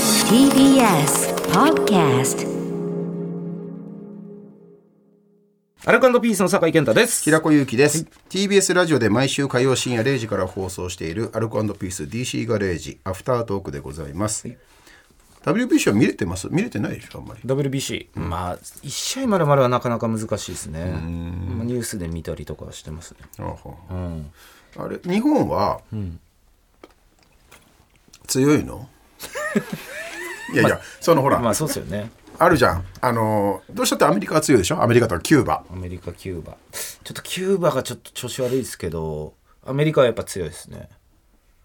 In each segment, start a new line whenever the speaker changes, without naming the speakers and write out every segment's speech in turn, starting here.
TBS Podcast
アルコピースの酒井健太です。
平子祐希です、TBS ラジオで毎週火曜深夜0時から放送しているアルコピース DC ガレージアフタートークでございます、WBC は見れてます見れてないでしょあんまり
WBC、まあ1試合まるまるはなかなか難しいですね、まあ、ニュースで見たりとかはしてますね
あ,、あれ日本は、強いのいやいや、そのほら、
まあそうですよね
あるじゃんあのどうしたってアメリカは強いでしょアメリカとかキューバ
アメリカキューバちょっとキューバがちょっと調子悪いですけどアメリカはやっぱ強いですね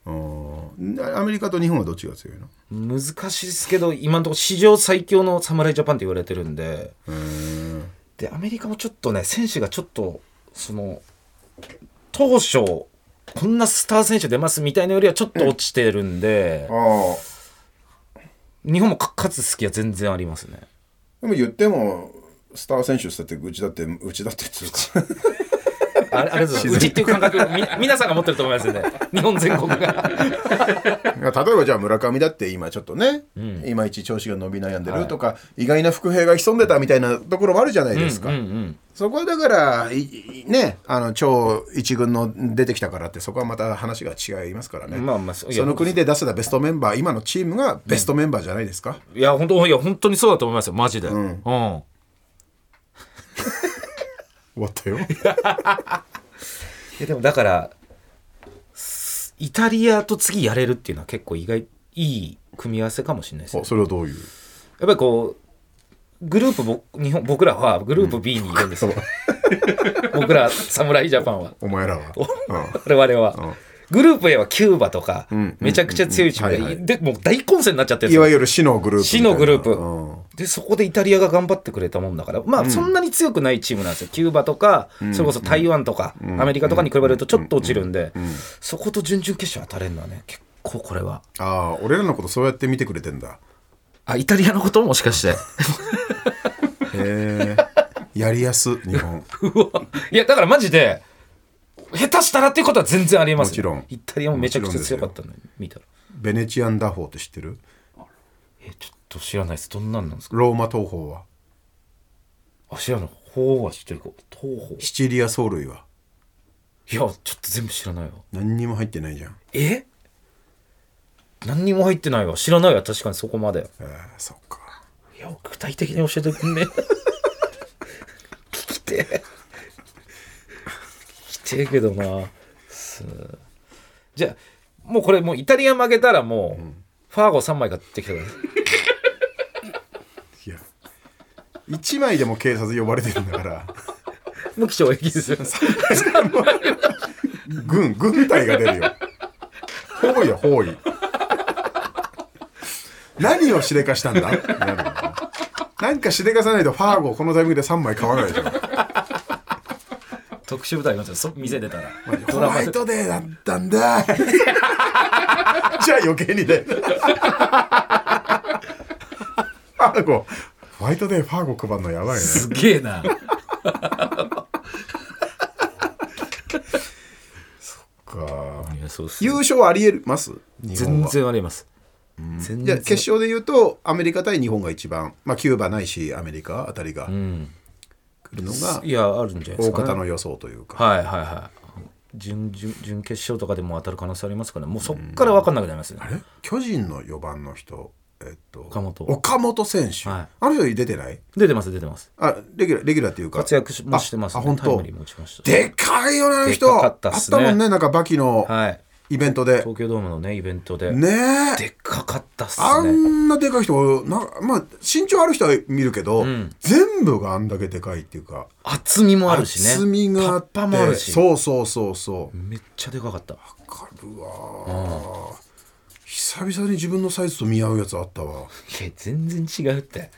うんアメリカと日本はどっちが強いの
難しいですけど今のところ史上最強の侍ジャパンって言われてるんででアメリカもちょっとね選手がちょっとその当初こんなスター選手出ますみたいなよりはちょっと落ちてるんで、
ああ
日本もか勝つ隙は全然ありますね
でも言ってもスター選手したってうちだってうちだってつうか
あれあれですうちっていう感覚み皆さんが持ってると思い ますよね日本全国が
例えばじゃあ村上だって今ちょっとね、いまいち調子が伸び悩んでるとか、意外な伏兵が潜んでたみたいなところもあるじゃないですか、そこはだからいいねあの超一軍の出てきたからってそこはまた話が違いますからね、
まあまあそういや
その国で出せたベストメンバー今のチームがベストメンバーじゃないですか、
いや本当いや本当にそうだと思いますよマジでうん、
終 わったよ
いやでもだからすイタリアと次やれるっていうのは結構意外いい組み合わせかもしれないですね
おそれはどういう
やっぱりこうグループぼ日本僕らはグループ B にいるんですよ、 僕ら侍ジャパンは
お 前らは、うん
我々は、グループ A はキューバとか、
ん
めちゃくちゃ強いチームが、
うんはいはい
でもう大混戦になっちゃってるん
いわ
ですよ
ゆる死のグループ
死
みたいな
のグループ、
うん
でそこでイタリアが頑張ってくれたもんだからまあそんなに強くないチームなんですよ、キューバとか、それこそ台湾とか、アメリカとかに比べるとちょっと落ちるんで、そこと準々決勝当たれるのはね結構これは
ああ俺らのことそうやって見てくれてんだ
あイタリアのこともしかして
へえやりやす日本
うわ いやだからマジで下手したらっていうことは全然ありえますよ
もちろん
イタリアもめちゃくちゃ強かったのに見たら
ベネチアン打法って知ってる
えちょっと知らないですどんなんなんですか
ローマ東法は
あ知らない法は知ってるか東方
シチリア走塁はい
やちょっと全部知らないわ
何にも入ってないじゃん
え何にも入ってないわ知らないわ確かにそこまで
えー、そっか
いや具体的に教えてくんね聞きてえ聞きてえけどなすじゃあもうこれもうイタリア負けたらもう、ファーゴ3枚買ってきたから
いや1枚でも警察呼ばれてるんだから
無期懲役ですよ
軍軍隊が出るよ包囲や包囲何をしでかしたんだ ってなるよなんかしでかさないとファーゴこのタイミングで3枚買わないじゃん
特殊部隊になっちゃうそ店出たら
ホワイトデーだったん だじゃあ余計にねファーゴホワイトデーファーゴ配るのやばいね
すげえな
か
いやそうっす
優勝ありえます
全然あります全
じ
然
ゃあ決勝で言うとアメリカ対日本が一番、まあ、キューバないしアメリカあたりが
うん
来るのが
いやあるんじゃないです
大
か、ね、
方の予想というか、
はいはいはい準準準決勝とかでも当たる可能性ありますからもうそっから分かんなくなりますね
あれ巨人の4番の人えっと
岡本
岡本選手、
はい
あの人出てない
出てます出てます
あレギュラーレギュラーっていうか
活躍しもしてます
あ
ね
あ本
タイ
当
ムリーも打ちましたし
でかいよねあの人
でかかったっ
あっ
すね
たもんねなんかバキの
はい
イベントで、
東京ドームのねイベントで、
ねえ
でっかかったっす
あ
ね
んなでかい人なまあ身長ある人は見るけど、全部があんだけでかいっていうか
厚みもあるしね
厚みがあって
パッパもあるし
そうそうそうそう
めっちゃでかかった
わかるわ久々に自分のサイズと見合うやつあったわ
いや全然違うって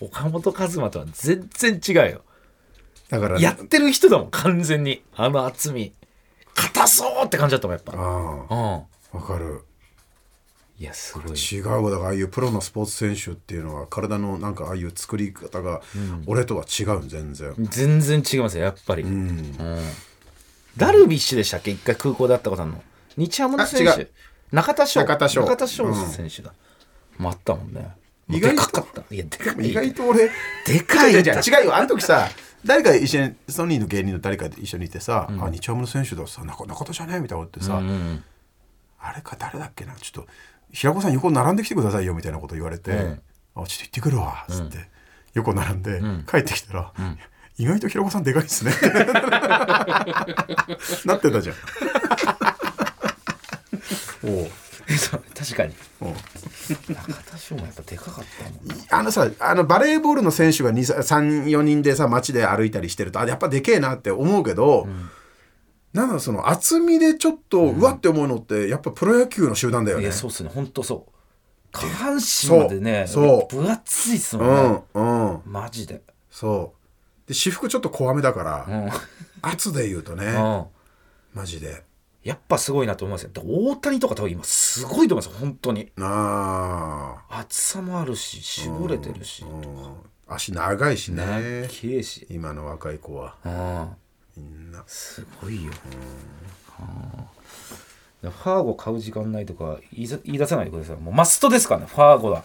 岡本和真とは全然違うよ
だから
やってる人だもん完全にあの厚み硬そうって感じだったもんやっぱ
あ
うん
あわかる
いやすごい
違うわだからああいうプロのスポーツ選手っていうのは体のなんかああいう作り方が俺とは違う全然、
全然違いますよやっぱり、うんダルビッシュでしたっけ一回空港で会ったことあるの日ハムの選
あ違
手
う
中田翔
中田翔
選手だ、もあったもんね
意
意
外
外で
と
かかったいやでかい
意外と俺
でかい
違う違う違うよあの時 さ誰か一緒にソニーの芸人の誰かと一緒にいてさ、あ二丁目の選手ださ中中田じゃねえみたいなこと言ってさ、あれか誰だっけなちょっと平子さん横並んできてくださいよみたいなこと言われて、
ん
あちょっと行ってくるわっつって、横並んで、帰ってきたら、意外と平子さんでかいっすね なってたじゃんおう
そう確かに
おう
中田翔もやっぱでかかったもん
あのさあのバレーボールの選手が34人でさ街で歩いたりしてるとあやっぱでけえなって思うけど、なんだろうその厚みでちょっと、うわって思うのってやっぱプロ野球の集団だよ
い
ね
や。そうっすね本当そう下半身までね
そうそう
分厚いっすも
うん
ね、
んうん
マジで
そうで私服ちょっと怖めだから、
うん、うん、
圧で言うとね、マジで
やっぱすごいなと思いますよだから大谷とか多分今すごいと思いますよ本当に
なあ、
厚さもあるし絞れてるし、
う
とか
ん、足長いしね
ね綺麗し
今の若い子は
うん
みんな
すごいよ、うんファーゴ買う時間ないとか言いざ言い出さないでくださいもうマストですからねファーゴだ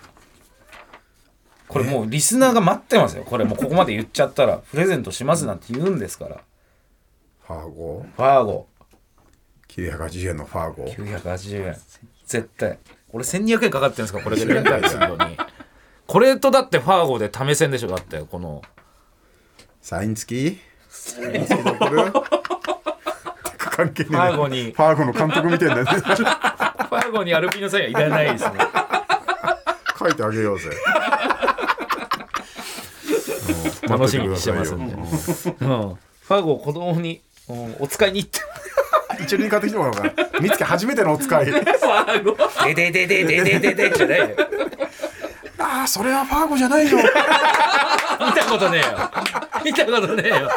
これもうリスナーが待ってますよこれもうここまで言っちゃったらプレゼントしますなんて言うんですから
ファーゴ
ファーゴ
980円のファーゴ
980円絶対俺1200円かかってるんですからこれでレンタルするのにこれとだってファーゴで試せんでしょだってこの
サイン付きサイン付きで送る関係ねえな
ファーゴに
ファーゴの監督みたいなね
ファーゴにアルピーのサインはいらないですね
書いてあげようぜうん
楽しみにしてますんで
待っててくださいよ
うんファーゴを子供にうんお使いに行って
うん一緒に買ってきてもらおうかなみつけ初めてのお使い
ファーゴででででででででじゃないよ
ああそれはファーゴじゃないよ
見たことねえよ見たことねえよ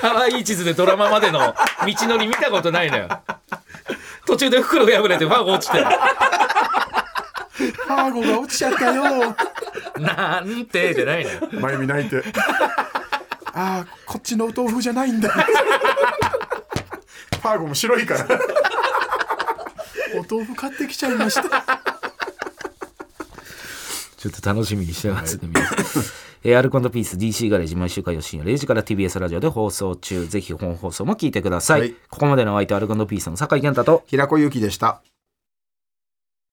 可愛い地図でドラマまでの道のり見たことないのよ途中で袋が破れてファーゴ落ちて
ファーゴが落ちちゃったよ
なんてじゃないのよ
前見泣いてああこっちのお豆腐じゃないんだファーゴも白いからお豆腐買ってきちゃいました
ちょっと楽しみにしてますね、皆さん。えー、アルコピース DC ガレージ毎週火曜深夜0時から TBS ラジオで放送中。ぜひ本放送も聞いてください。
はい
ここまでのお相手アルコピースの酒井健太と
平子ゆきでした